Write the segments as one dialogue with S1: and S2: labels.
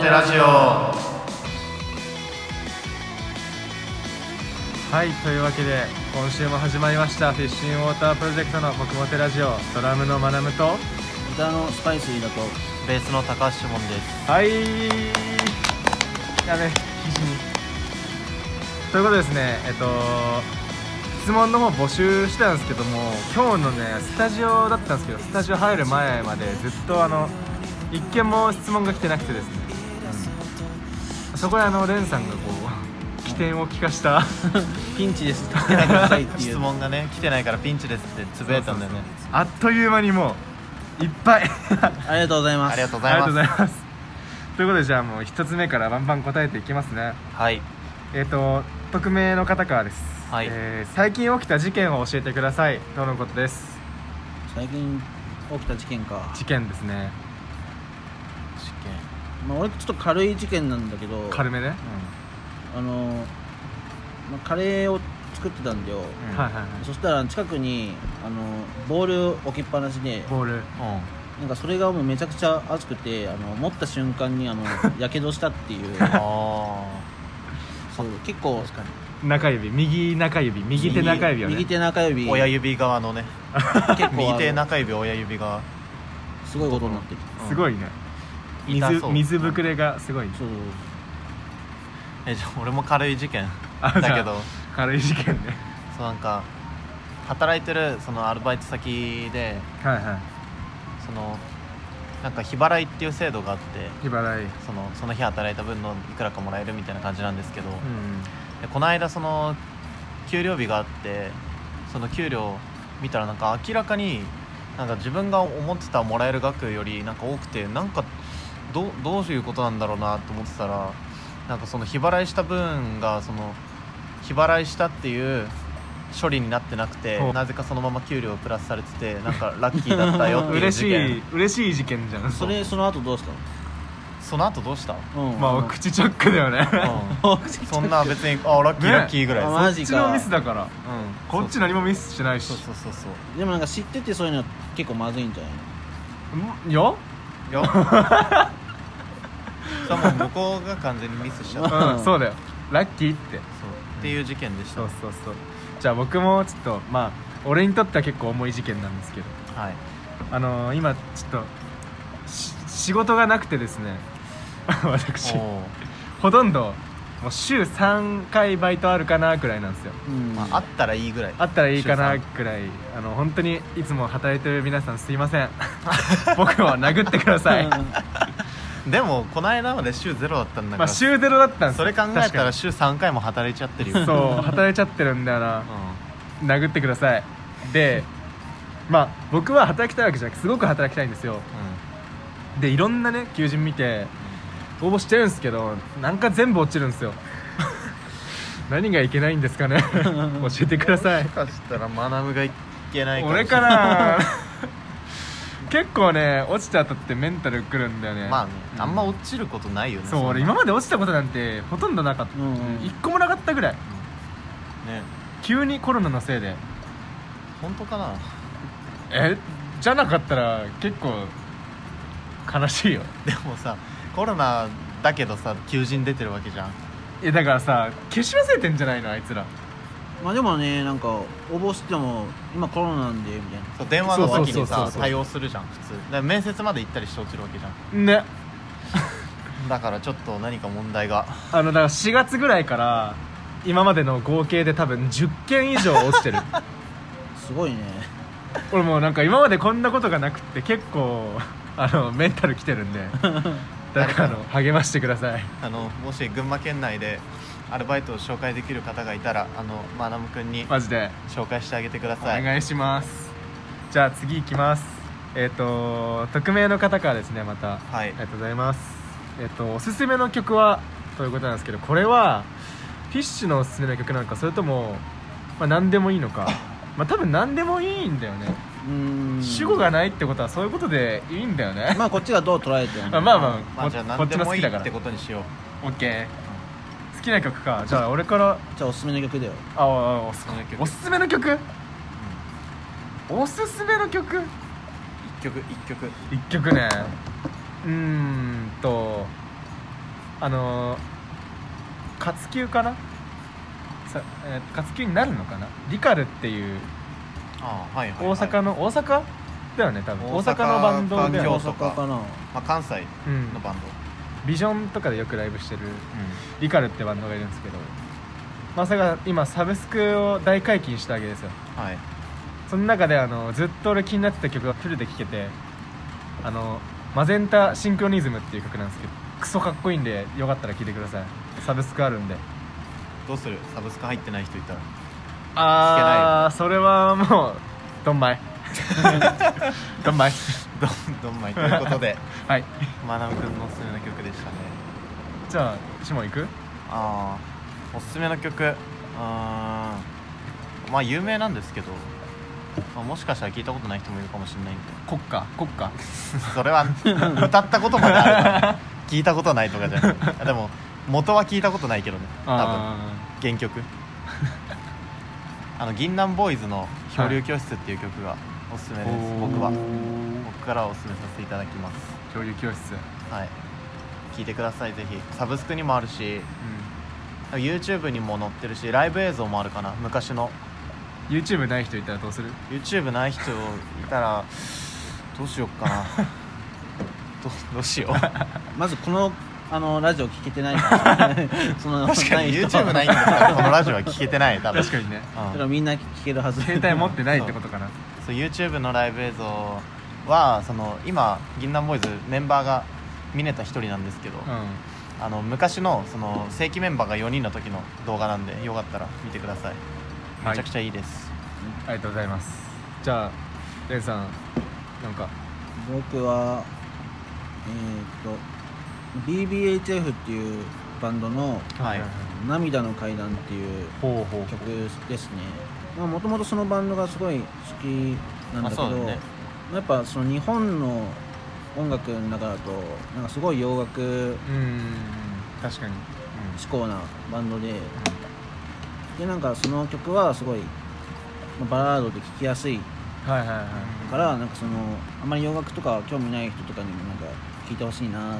S1: テラジオ
S2: はいというわけで今週も始まりましたフィッシングウォータープロジェクトの「もくもてラジオ」ドラムのまなむと
S3: 歌のスパイスイだと
S4: ベースの高橋もんです
S2: はいやべ肘にということでですねえっと質問の方募集してたんですけども今日のねスタジオだったんですけどスタジオ入る前までずっとあの一件も質問が来てなくてですね、そこであのレンさんがこう起点を利かした
S3: ピンチです助けてくださいってい
S4: 質
S3: う
S4: 問がね来てないからピンチですってつぶやいたんだよね
S2: あっという間にもういっぱい
S3: ありがとうございます
S4: ありがとうご
S2: あ
S4: ざいます
S2: りがとうございます。ということでじゃあもう一つ目からバンバン答えていきますね。
S4: はい
S2: えっ、と匿名の方からです。
S4: はい
S2: えー最近起きた事件を教えてくださいとのことです。
S3: 最近起きた事件か、
S2: 事件ですね。
S4: 試
S3: まあ、俺ちょっと軽い事件なんだけど
S2: 軽めね。
S3: あの、まあ、カレーを作ってたんだよ、
S4: うん
S2: はいはいはい。
S3: そしたら近くにあのボール置きっぱなしで
S2: ボール。
S4: 験うん
S3: なんかそれがもうめちゃくちゃ熱くてあの持った瞬間 にあのやけどしたっていう
S4: あ
S3: そう結構
S2: 中指右中指右手中指をね。
S3: 右手中指
S4: ー親指側のね
S3: 結構
S4: 右手
S3: あの
S4: 中指親指側
S3: すごいことになってきて
S2: すごいね。
S4: 痛
S2: 水
S4: そう
S2: 水ぶくれがすごい。
S3: そう
S4: えじゃあ俺も軽い事件
S2: あじゃあ
S4: だけど
S2: 軽い事件ね。
S4: そうなんか働いてるそのアルバイト先で
S2: はいはい。
S4: そのなんか日払いっていう制度があって
S2: 日払い。うん。
S4: そのその日働いた分のいくらかもらえるみたいな感じなんですけど、でこの間その給料日があってその給料見たらなんか明らかになんか自分が思ってたもらえる額よりなんか多くてなんかどうどういうことなんだろうなと思ってたらなんかその日払いした分がその日払いしたっていう処理になってなくて
S2: ほう
S4: なぜかそのまま給料プラスされててなんかラッキーだったよっていう
S2: 嬉
S4: 事
S2: しい
S4: 件
S2: 嬉しい事件じゃん。
S3: それその後どうした
S4: その後どうした、
S3: の、うん、
S2: ま
S3: あ
S2: あ
S3: の
S2: 口チョックだよね。
S4: うんそんな別にあラッキー
S2: ね
S4: ラッキーぐらいです、
S3: あマ
S2: こ
S3: ジ
S2: っ
S3: か
S2: ちのミスだから。
S4: うん
S2: こっち何もミスしないし
S4: そうそうそうそう
S3: でもなんか知っててそういうの結構まずいんじゃないの
S2: んよ
S4: い やそれはもう向こうが完全にミスしちゃったそう
S2: うんそうだよラッキーって
S4: っていう事件でした、
S2: そうそうそうじゃあ僕もちょっとまあ俺にとっては結構重い事件なんですけど
S4: はい
S2: あのー、今ちょっとし仕事がなくてですね 私
S4: おお、
S2: ほとんどもう週3回バイトあるかなくらいなんですよ
S3: うん
S4: まあ、あったらいいぐらい
S2: あったらいいかな
S4: 週
S2: くらいあの本当にいつも働いてる皆さんすいま せん僕を殴ってください
S4: 三でもこの間まで週ゼロだったんだ
S2: ま
S4: か
S2: あ
S4: ら、
S2: 週ゼロだったんです
S4: そ
S2: よ
S4: れ考え
S2: 確
S4: た
S2: からに
S4: 週3回も働いちゃってるよ
S2: そう働いちゃってるんだよな殴ってくださいでまあ僕は働きたいわけじゃなくてすごく働きたいんですよ
S4: う
S2: でいろんなね求人見て応募してるんですけどなんか全部落ちるんですよ 何がいけないんですかね教えてくださ
S4: ん、
S2: い
S4: もしかしたら学ぶがいけないかもしれ
S2: 俺
S4: ない
S2: かな 結構ね落ちた後ってメンタルくるんだよね
S4: まあねあんま落ちることないよね
S2: そうん
S4: な
S2: 俺今まで落ちたことなんてほとんどなかった、
S3: うんうん
S2: 一個もなかったぐらい
S4: ね
S2: 急にコロナのせいで
S4: 本当かな
S2: えじゃなかったら結構悲しいよ
S4: でもさコロナだけどさ求人出てるわけじゃん
S2: えだからさ消し忘れてんじゃないのあいつら
S3: まあでもねなんか応募しても今コロナなんでみたいな
S4: そう電話の脇に
S2: そうそうそう
S4: さ
S2: そう
S4: 対応するじゃん普通だから面接まで行ったりして落ちるわけじゃん
S2: ね
S4: だからちょっと何か問題が
S2: あのだから4月ぐらいから今までの合計で多分10件以上落ちてる
S3: すごいね
S2: 俺もうなんか今までこんなことがなくって結構あのメンタルきてるんでだからあの励ましてください
S4: あのもし群馬県内でアルバイトを紹介できる方がいたらあのマナム君に
S2: マジで
S4: 紹介してあげてくだ
S2: お
S4: さい
S2: 願いしますじゃあ次行きますえっ、と匿名の方からですねまた
S4: はい
S2: ありがとうございます。えっと、おすすめの曲はということなんですけど、これは、フィッシュのおすすめの曲なのか、それとも、まあ、何でもいいのか、まあ、多分何でもいいんだよね。
S3: うーん
S2: 主語がないってことは、そういうことでいいんだよね。
S3: まあこっちがどう捉えてる
S2: ま
S3: の
S2: あまあまあ、
S4: まあ
S2: こ
S4: じゃあ
S2: こ
S4: 何
S2: っ
S4: で
S2: ちも好
S4: もい
S2: き
S4: い
S2: だか
S4: っ
S2: ら
S4: て。ことにしよう
S2: オッケー。好きな曲か。じゃあ、俺から、
S3: じゃあおすすめの曲だよ
S2: ああ、おす
S4: その曲
S2: おすすめの曲おすすめの曲
S4: 一曲一曲
S2: 一曲ねうーんとあのー活休かなさ、えー活休になるのかなリカルっていう
S4: あはいはい、
S2: 大
S4: はい、
S2: 阪の、大阪だよね多分
S4: 大
S2: 大
S4: 阪
S2: 阪のバンド
S4: 環
S2: で、
S4: 境
S3: 大
S4: と
S3: 阪かな
S4: まあ、関西
S2: うん
S4: の、バンド、
S2: ビジョンとかでよくライブしてるリカルってバンドがいるんですけどまさか今サブスクを大解禁したわけですよ
S4: はい
S2: その中であのずっと俺気になってた曲がフルで聴けてあのマゼンタシンクロニズムっていう曲なんですけどクソかっこいいんでよかったら聴いてくださいサブスクあるんで
S4: どうするサブスク入ってない人いたら
S2: ああそれはもうドンマイドンマイ
S4: どんどんまいということで
S2: はい
S4: まなぶくんのおすすめの曲でしたね
S2: じゃあシモン行く
S4: ああおすすめの曲うーんまあ有名なんですけど、まあ、もしかしたら聞いたことない人もいるかもしれないんで
S2: 国歌国歌
S4: それは 歌ったことまであるから聞いたことないとかじゃないあでも元は聞いたことないけどね多分
S2: あ
S4: 原曲あの銀杏ボーイズの「漂流教室」っていう曲がおすすめです、
S2: おー
S4: 僕は僕からはおすすめさせていただきます
S2: ー恐竜教室
S4: はい聞いてくださいぜひサブスクにもあるし YouTube にも載ってるしライブ映像もあるかな昔の
S2: うん YouTube ない人いたらどうする
S4: YouTube ない人いたらどうしよっかな どどうし よう
S3: まずこのあのラジオ聞けてないからその
S4: 確かに
S3: 人
S4: YouTube ないんだからこのラジオは聞けてない多分
S2: 確かにね
S3: だか
S4: う
S3: ら
S4: ん
S3: みんな聞けるはず
S2: 携帯持ってないってことかな
S4: そう YouTube のライブ映像はその今銀杏ボーイズメンバーが峰田一人なんですけど、
S2: う
S4: あの昔のその正規メンバーが4人の時の動画なんでよかったら見てください
S2: ん
S4: めちゃくちゃいいです、
S2: ありがとうございますじゃあレンさんなんか
S3: 僕はえー、っと BBHF っていうバンドの
S4: はい
S3: 「涙の階段」っていう
S2: ほうほう
S3: 曲ですねもともとそのバンドがすごい好きなんだけど、
S4: あそうだね
S3: やっぱその日本の音楽の中だとなんかすごい洋楽
S2: うーん確かに
S3: 志向なバンドででなんかその曲はすごいまあバラードで聴きやすい
S2: はいはいはい
S3: からなんかそのあまり洋楽とか興味ない人とかにもなんか聴いてほしいなっていう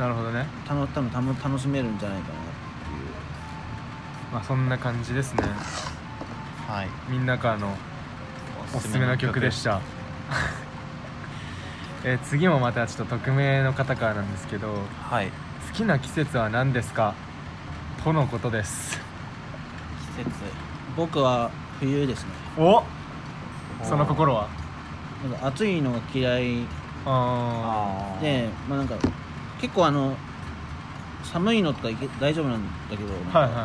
S2: なるほどね
S3: たの多分たの楽しめるんじゃないかなっ
S2: まあそんな感じですね
S4: はい
S2: みんなからのおすすめの曲でした えー次もまたちょっと匿名の方からなんですけど
S4: たはい
S2: 好きな季節は何ですかとのことです
S3: ていう季節僕は冬ですね
S2: おその心は
S3: なんか暑いのが嫌い
S2: あ
S4: あー
S3: で、まあ、なんか結構あの寒いのとかいけ大丈夫なんだけど、なんか
S2: はいは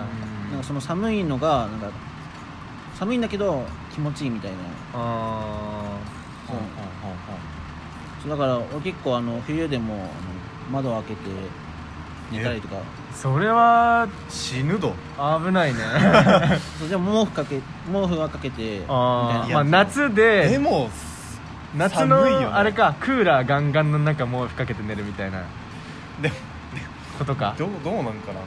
S3: なんかその寒いのがなんか寒いんだけど気持ちいいみたいな
S2: ああ
S4: ほんほんほんほん
S3: そうだから俺結構あの冬でもあの窓を開けて寝たりとか
S2: それは
S4: 死ぬど
S2: 危ない ね
S3: そうじゃあ毛布かけ毛布はかけてみたい
S2: あ
S3: ない
S2: ー
S3: や
S2: まあ夏で
S4: でも
S2: 夏
S4: 寒いよね
S2: のあれかクーラーガンガンの中毛布かけて寝るみたいな
S4: でも
S2: ことか
S4: どうどうなんかなわ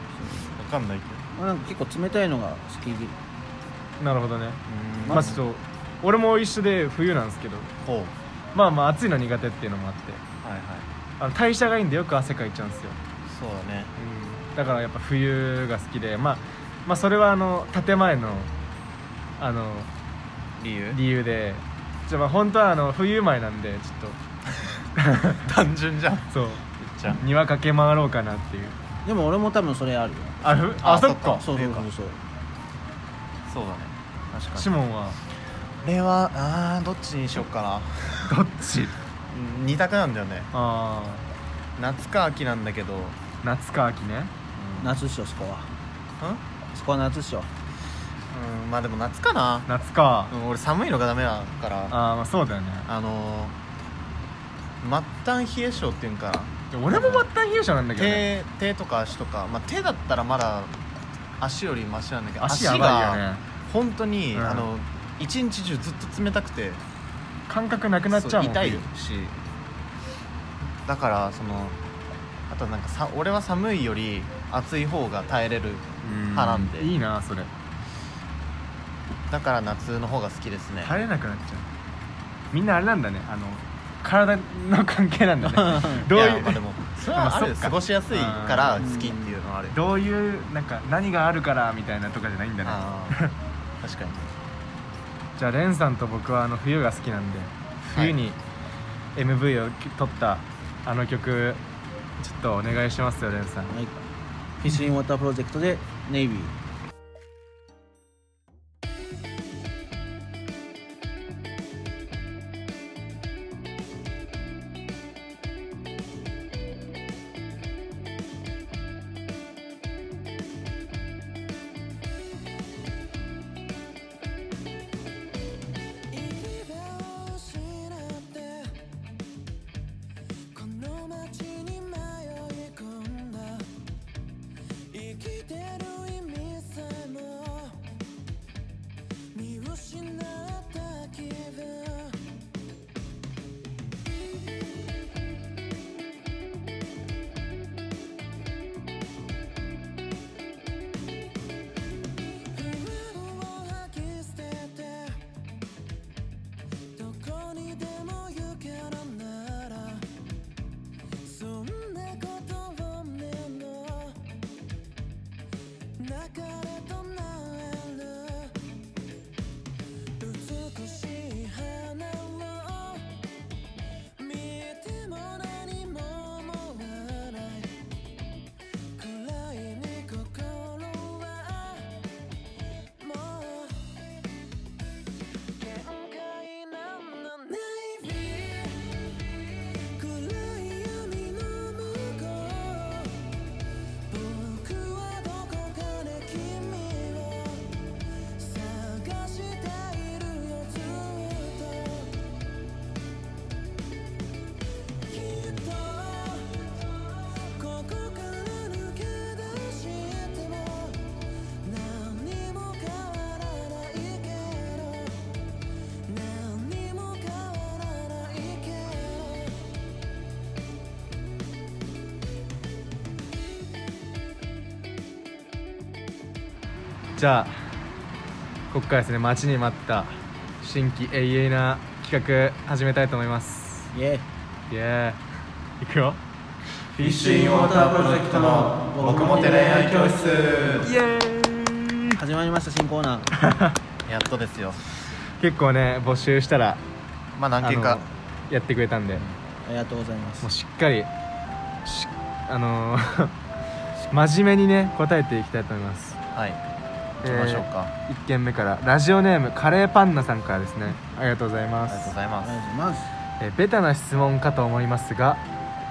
S4: かんないけど
S3: まあなんか結構冷たいのが好きで
S2: なるほどね
S4: うーん
S2: まあちょっと俺も一緒で冬なんですけど
S4: ほう
S2: まあまあ暑いの苦手っていうのもあって
S4: はいはい
S2: あの代謝がいいんでよく汗かいちゃうんですよ、
S4: そうだね
S2: だからやっぱ冬が好きで、まあ、まあそれはあの建前のあの
S4: 理由
S2: 理由でじゃあまあ本当はあの冬生まれなんでちょっ
S4: 単純じゃん
S2: とそう
S4: じゃん
S2: 庭駆け回ろうかなっていう
S3: でも俺も多分それあるよ
S2: あふ
S4: あ
S2: あそっ
S4: そっ
S2: か
S4: か
S3: そうそうそうそう
S4: そうだね確か
S2: シ
S4: に
S2: モンは
S4: 俺はあーどっちにしよっかな
S2: どっち
S4: うん二択なんだよね
S2: あ
S4: 夏か秋なんだけど、うん、
S2: あ夏か秋ね
S3: 夏っしょそこは
S4: う
S3: そこは夏っしょ
S4: ん、まあでも夏かな、
S2: 夏か
S4: うん、俺寒いのがダメだからあ
S2: ああまあそうだよね
S4: のー、末端冷え性っていうんかな
S2: 俺も末端冷え性なんだけどね
S4: 手手とか足とか、まあ、手だったらまだ足よりマシなんだけど
S2: 足やばいよ
S4: が
S2: ね
S4: 本当に、
S2: うん
S4: あの一日中ずっと冷たくて
S2: 感覚なくなっちゃうもん
S4: そう痛いしだからそのあとなんかさ俺は寒いより暑い方が耐えれる
S2: は
S4: 派なんで
S2: いいなそれ
S4: だから夏の方が好きですね、
S2: 入れなくなっちゃうみんなあれなんだねあの体の関係なんだねどう
S4: い
S2: い
S4: やまあで
S2: う
S4: もそれはあ
S2: まあそ
S4: る
S2: っか
S4: 過ごしやすいから好きっていうのはある
S2: どういうなんか何があるからみたいなとかじゃないんだね
S4: あー確かに
S2: じゃあレンさんと僕はあの冬が好きなんで
S4: はい
S2: 冬に MV を撮ったあの曲ちょっとお願いしますよレンさ
S3: は
S2: ん
S3: い、フィッシュインウォータープロジェクトでネイビー
S1: 行き場を失ってこの街に迷い込んだ生きてる意味さえも見失った気分不安を吐き捨ててどこにでも行けるならそんなことを胸の中で唱える美しい花を見ても何も思わない暗いに心はもう限界なんだね暗い闇の向こう僕はどこかで君を探しているよずっときっとここから抜け出しても何も変わらないけど何も変わらないけど
S2: じゃあここからですね待ちに待った新規永遠な企画始めたいと思います
S3: イエー
S2: イエーイいくよ
S4: フィッシュインウォータープロジェクトの僕モテ恋愛教室
S2: イエーイ
S3: 始まりました新コーナー
S4: やっとですよ
S2: 結構ね募集したら
S4: まあ何件
S2: あ
S4: か
S2: のやってくれたんで
S3: ありがとうございます
S2: もうしっかりしあのー 真面目にね答えていきたいと思います
S4: はい行きましょうか、
S2: 1件目からラジオネームカレーパンナさんからですねありがとうございま
S4: ありがとう
S2: す
S4: ござい
S3: あり
S4: ま
S3: がとうございます
S2: えーベタな質問かと思いますが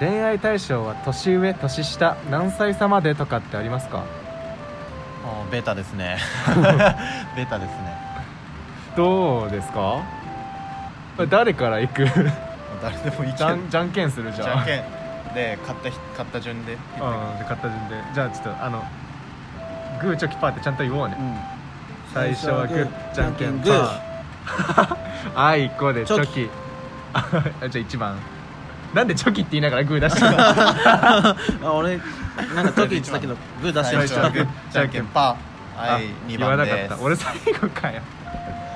S2: 恋愛対象は年上年下何歳差までとかってありますか
S4: すもうベタですねベタですね
S2: どうですかこれ誰から行く
S4: もう誰でもいいけ
S2: じ
S4: ど
S2: ゃんじゃんけんするじ
S4: じ
S2: ゃん
S4: ゃんけんで買ったひ買った順で
S2: うんじゃあ勝った順でじゃあちょっとあのグーチョキパーってちゃんと言おうね
S3: うん
S2: 最初はグーじゃんけん
S3: グ
S2: グ
S3: ー
S2: ー あいこでチ
S3: チョ
S2: ョ
S3: キ
S2: キ あじゃあ1番なんでチョキって言いながらグー出したの
S3: あ俺なんか時言ってたけ どグー出して
S4: 最
S3: ま
S4: 初
S3: し
S4: は
S3: た
S4: グーじゃんけんパー
S2: あ
S4: はい2
S2: 言わ
S4: 番
S2: な
S4: で
S2: かっ
S4: す
S2: た俺最後かよ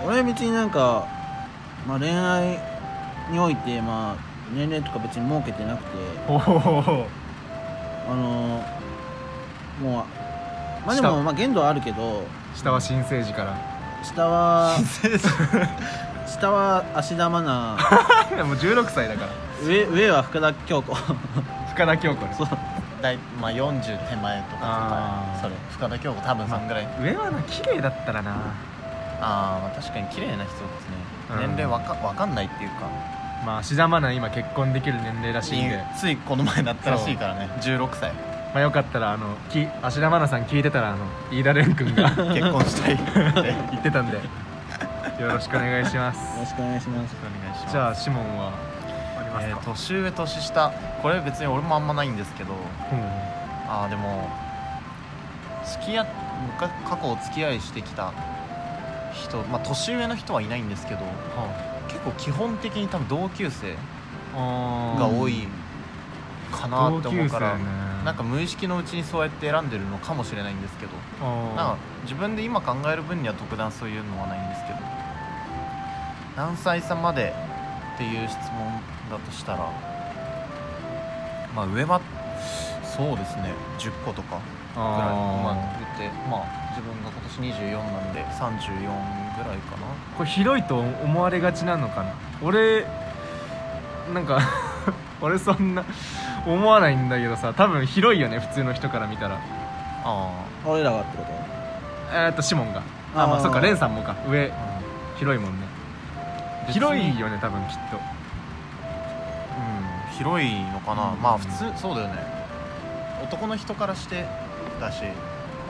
S3: 俺別になんか、まあ、恋愛において、まあ、年齢とか別に設けてなくて
S2: おお
S3: あのーもうまあで
S2: 下
S3: もまあ限度はあるけど
S2: 下は新生児から
S3: 下 は下は芦田愛菜
S2: いやもう16歳だから
S3: 上上は深田恭子
S2: 深田恭子ね
S3: そう
S4: だいまあ40手前とかとか
S2: あー
S4: それ深田恭子多分そんぐらい、
S2: 上はな綺麗だったらな
S4: あー、まあ確かに綺麗な人ですね、
S2: うん
S4: 年齢わかわかんないっていうか
S2: まあ芦田愛菜今結婚できる年齢らしいんで、ま
S4: ついこの前なったらしいからね16歳
S2: あ、よかったらあのき芦田愛菜さん聞いてたらあの飯田蓮君 が
S4: 結婚したいってお願い
S2: 言ってたんでよろしくお願いします
S3: よろしくお願いします
S4: します
S2: じゃあシモンはあります
S4: えー
S2: か、
S4: 年上年下これ別に俺もあんまないんですけどああでも付き合っ昔過去お付き合いしてきた人まあ年上の人はいないんですけど結構基本的に多分同級生
S2: うん
S4: が多いかなって思うから、
S2: 同級生ね
S4: なんか無意識のうちにそうやって選んでるのかもしれないんですけど
S2: うん
S4: なんか自分で今考える分には特段そういうのはないんですけど何歳差までっていう質問だとしたらまあ上はそうですね10個とかぐらいまあ
S2: あ
S4: 言ってまあ自分が今年24なんで34ぐらいかな
S2: ーこれ広いと思われがちなのかな俺なんか 俺そんな思わないんだけどさ多分広いよね普通の人から見たら
S4: あ
S3: 俺らがってこと
S2: えーっとシモンがあま
S3: あ
S2: あ
S3: ー
S2: そっかレンさんもか上
S4: あ、
S2: 広いもんね
S4: 別に
S2: 広いよね多分きっと
S4: うん、広いのかな、
S2: うん
S4: まあ普通そうだよね男の人からしてだし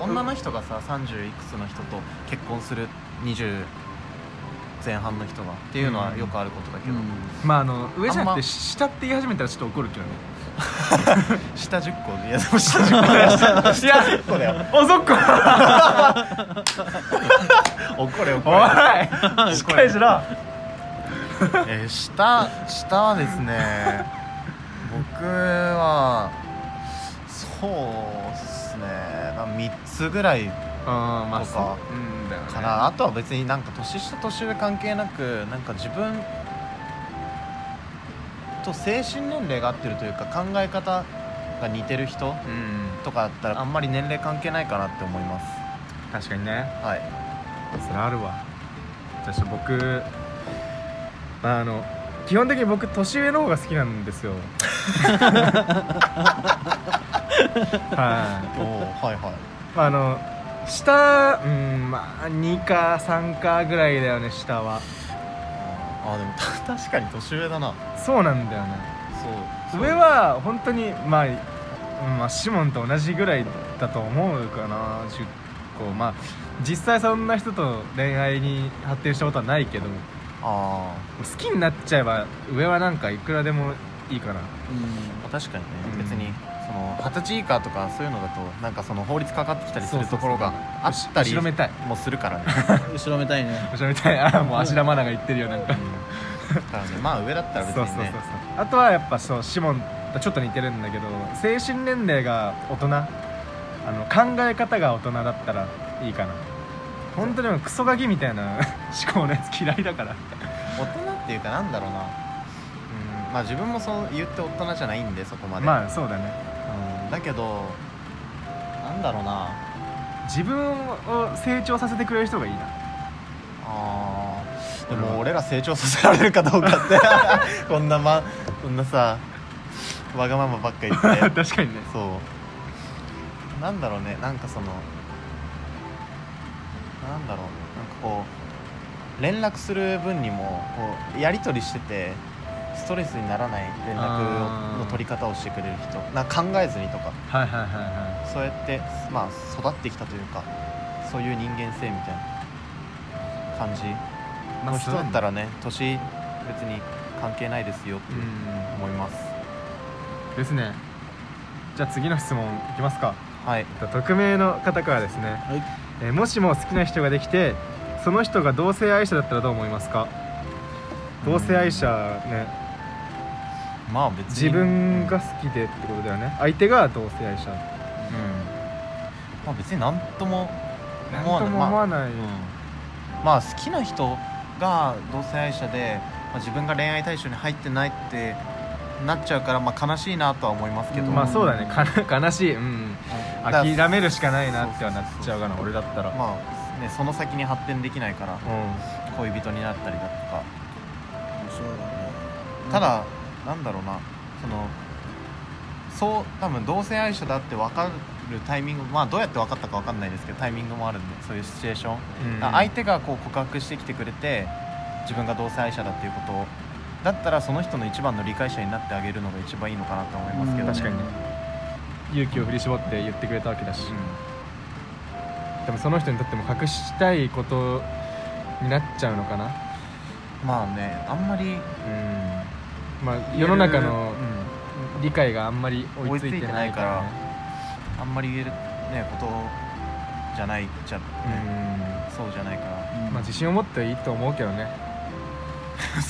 S4: 女の人がさ30いくつの人と結婚する20前半の人がっていうのはよくあることだけど、
S2: まああの上じゃな
S4: あん
S2: くて
S4: ま
S2: 下って言い始めたらちょっと怒るけどね
S4: 下10個いやでも下10個だよ下
S2: いや
S4: 10個だよ
S2: あそっか
S4: 怒れ怒 れ
S2: おいしっかりしろ
S4: えー下下はです ね僕はそうですね3つぐらい
S2: あーまあ
S4: とか
S2: そううんだよね
S4: かな、あとは別になんか年下年上関係なくなんか自分と精神年齢が合ってるというか考え方が似てる人
S2: うん
S4: とかだったらあんまり年齢関係ないかなって思います
S2: 確かにね
S4: はい
S2: それあるわじゃあちょっと僕まああの基本的に僕年上の方が好きなんで すよはい
S4: おおはいはい
S2: まああの下うんまあ2か3かぐらいだよね下は
S4: あーでもた確かに年上だな
S2: そうなんだよね
S4: そう
S2: 上は本当にまあ、うんまあ、シモンと同じぐらいだと思うかな10個まあ実際そんな人と恋愛に発展したことはないけども
S4: あ
S2: 好きになっちゃえば上はなんかいくらでもいいかな
S4: あ確かにね、
S2: うん
S4: 別にその二十歳以下とかそういうのだとなんかその法律かかってきたりする
S2: そうそうそ
S4: と
S2: う
S4: ころがあったり
S2: 後ろめたい
S4: もするからね
S3: うん後ろめたいね
S2: 後ろめたいあもう芦田愛菜が言ってるよなんか
S4: だからねまあ上だったら別
S2: そうそ
S4: に
S2: うそう
S4: ね
S2: そうあとはやっぱそうシモンとちょっと似てるんだけど精神年齢が大人あの考え方が大人だったらいいかな本当にもうクソガキみたい な思考のやつ嫌いだから
S4: 大人っていうかなんだろうなうんまあ自分もそう言って大人じゃないんでそこまで、
S2: まあそうだね
S4: うん、だけどなんだろうな
S2: 自分を成長させてくれる人がいいな
S4: あーでも俺ら成長させられるかどうかって こんなまこんなさわがままばっか言って
S2: 確かにね
S4: そうなんだろうねなんかそのなんだろうなんかこう連絡する分にもこうやり取りしててストレスにならない連絡
S2: あー
S4: をの取り方をしてくれる人なんか考えずにとか
S2: はいはいはいは
S4: そうやってまあ育ってきたというかそういう人間性みたいな感じ
S2: い
S4: の人だった
S2: ら
S4: らね年別に関係ないですよって
S2: うん
S4: 思います、
S2: ですねじゃあ次の質問いきますか
S4: はい
S2: えっと匿名の方からですね、
S3: はい
S2: えーもしも好きな人ができてその人が同性愛者だったらどう思いますか同性愛者ね
S4: まあ別に
S2: 自分が好きでってことだよね相手が同性愛者
S4: うんまあ別に何とも
S2: なん
S4: 思わな
S2: と
S4: い
S2: も思
S4: まあ
S2: わない、
S4: うんまあ好きな人が同性愛者で、まあ、自分が恋愛対象に入ってないってなっちゃうから、まあ、悲しいなとは思いますけど、
S3: うん
S2: まあそうだねかな悲しい、うん、
S4: うんだから
S2: 諦めるしかないなってはなっちゃうかな
S4: そうそうそう
S2: 俺だったら、
S4: まあね、その先に発展できないから
S2: うん
S4: 恋人になったりだとか
S3: そうだね
S4: ただなんだろうなそのそう多分同性愛者だって分かるタイミングまあどうやって分かったか分かんないですけどタイミングもあるんでそういうシチュエーション
S2: うん
S4: 相手がこう告白してきてくれて自分が同性愛者だっていうことをだったらその人の一番の理解者になってあげるのが一番いいのかなと思いますけど、ね、
S2: 確かにね勇気を振り絞って言ってくれたわけだし、
S4: う
S2: でもその人にとっても隠したいことになっちゃうのかな、
S4: んまあねあんまり
S2: まあ、世の中
S4: う
S2: の
S4: ん
S2: 理解があんまり追いつい
S4: 追い
S2: て
S4: ついて
S2: な
S4: ないい
S2: か
S4: からら
S2: ね、
S4: あんまり言える、ね、ことじゃないじゃ、ねそうじゃないから
S2: うんまあ、自信を持っていいと思うけどね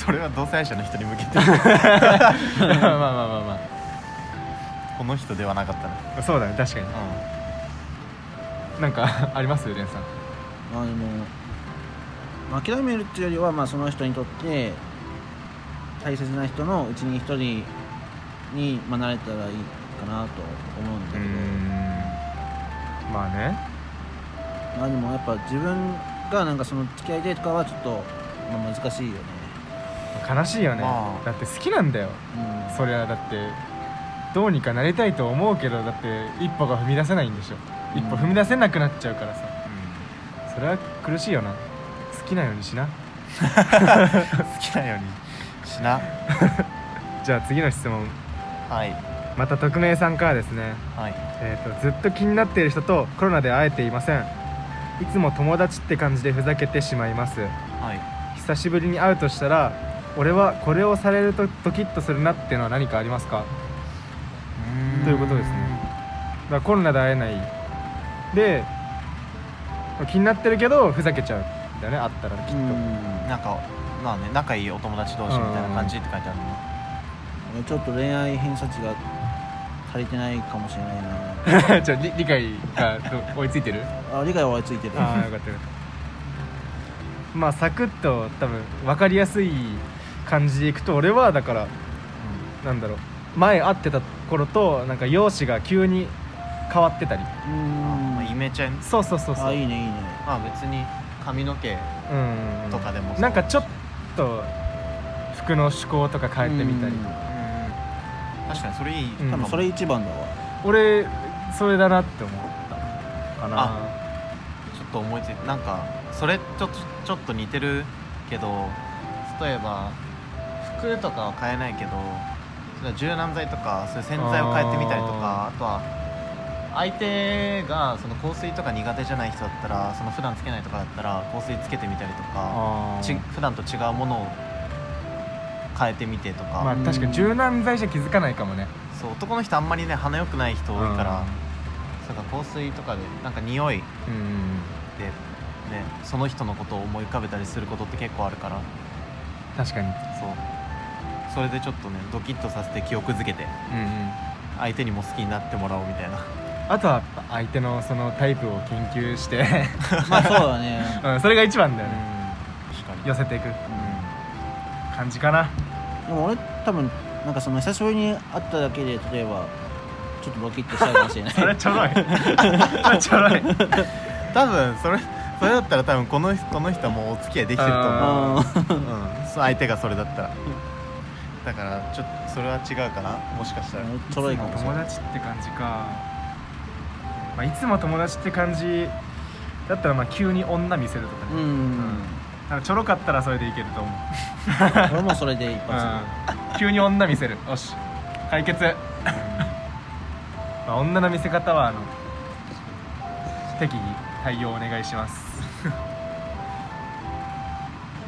S4: それは同性愛者の人に向け て
S2: まあまあまあまあ
S4: この人ではなかったな、
S2: まあそうだね確かに
S4: う
S2: なんか ありますレンさん
S3: まあでもまあ諦めるっていうよりは、まあ、その人にとって大切な人のうちに一人に、まあ、なれたらいいかなと思うんだ
S2: う
S3: け
S2: ー
S3: ど、
S2: んまあね
S3: まあでもやっぱ自分がなんかその付き合いたいとかはちょっと、まあ、難しいよね、
S2: 悲しいよね、
S4: まあ
S2: だって好きなんだよ
S3: うん、
S2: そりゃだってどうにかなりたいと思うけどだって一歩が踏み出せないんでしょ
S3: うん
S2: 一歩踏み出せなくなっちゃうからさ、それは苦しいよな好きなようにしな
S4: 好きなようにしな
S2: じゃあ次の質問
S4: はい
S2: また匿名さんからですね、
S4: はい
S2: えー、とずっと気になっている人とコロナで会えていませんいつも友達って感じでふざけてしまいます
S4: はい
S2: 久しぶりに会うとしたら俺はこれをされるとドキッとするなっていうのは何かありますかということですねだからコロナで会えないで気になってるけどふざけちゃうんだよね会ったらきっと、
S3: うん
S4: なんかまあね仲いいお友達同士みたいな感じって書いてあるの
S3: ちょっと恋愛偏差値が足りてないかもしれない
S2: ちょ理理解がど追いついてる
S3: なあ理解は追いついてる
S2: あ あよかったよかったまあサクッと多分分かりやすい感じでいくと俺はだからなんだろう前会ってた頃となんか容姿が急に変わってたり
S3: うん
S4: まあイメチェン
S2: そうそうそうそう
S3: あいいねいいね
S4: まあ別に髪の毛
S2: うん
S4: とかでもそう
S2: なんかちょっと服の趣向とか変えてみたり
S3: うん
S4: 確かにそれいい
S2: うん
S3: 多分それ
S4: ちょ
S3: 一番だ わ
S2: 俺それだなって思ったかな
S4: っと思いついてなんかそれちょっとちょっと似てるけど例えば服とかは変えないけどそれ柔軟剤とかそういう洗剤を変えてみたりとかあとは相手がその香水とか苦手じゃない人だったらその普段つけないとかだったら香水つけてみたりとか
S2: あ
S4: ち
S2: ー
S4: 普段と違うものを変えてみてとか、
S2: まあ確かに柔軟剤じゃ気づかないかもね
S4: そう男の人あんまりね鼻良くない人多いから、そうか香水とかでなんか匂い
S2: うんうん
S4: で、ね、その人のことを思い浮かべたりすることって結構あるから
S2: 確かに
S4: そうそれでちょっとねドキッとさせて記憶づけて
S2: うんうん
S4: 相手にも好きになってもらおうみたいな
S2: あとは相手のそのタイプを研究して
S3: まあそうだね
S2: うんそれが一番だよね
S4: 確かに
S2: 寄せていく感じかな
S3: でも俺多分なんかその久しぶりに会っただけで例えばちょっとドキッとしちゃうかもしれない
S2: それちょろい それちょろい
S4: 多分それそれだったら多分このこの人はもうお付き合いできてると思う、
S3: あ
S4: うん、そう相手がそれだったらだからちょっとそれは違うかなもしかしたら
S3: ーちょろいかもしれ
S2: 友
S3: ない
S2: 達って感じか、まあ、いつも友達って感じだったらまあ急に女見せるとか
S3: う
S2: ね、
S3: ん
S2: なんかちょろかったらそれでいけると思う、
S3: 俺もそれで一発
S2: うん、急に女見せるよし解 決、まあ、女の見せ方はあの適宜対応お願いします い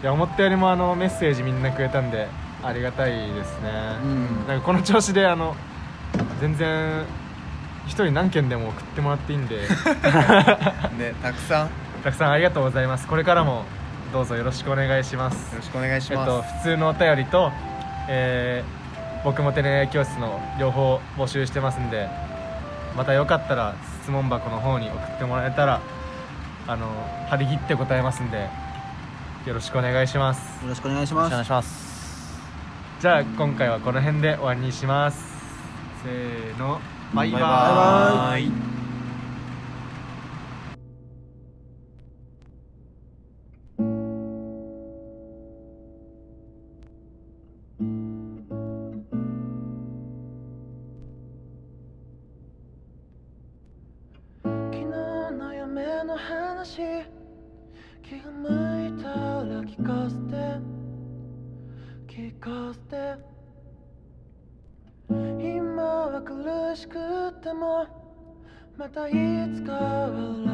S2: や思ったよりもあのメッセージみんなくれたんでありがたいですね、
S3: うん
S2: なんかこの調子であの全然一人何件でも送ってもらっていい んで
S4: ねたくさんよ
S2: たくさんありがとうございますこれからもどうぞよろしくお願いします
S4: ろしくお願いし
S2: えっと
S4: ます、
S2: 普通のお便りと、えー僕も手恋愛教室の両方募集してますんでまたよかったら質問箱の方に送ってもらえたらあの張り切って答えますんでよろしくお願いします
S3: よろしくお願いし
S4: よろ
S3: ま
S4: しくお願い
S3: す
S4: します
S2: じゃあ今回はこの辺で終わりにしますせーのバイバ
S4: バイバ
S2: ーイ
S4: ーイ
S1: 昨日の夢の話気が向いたら聞かせて聞かせて今は苦しくってもまたいつか笑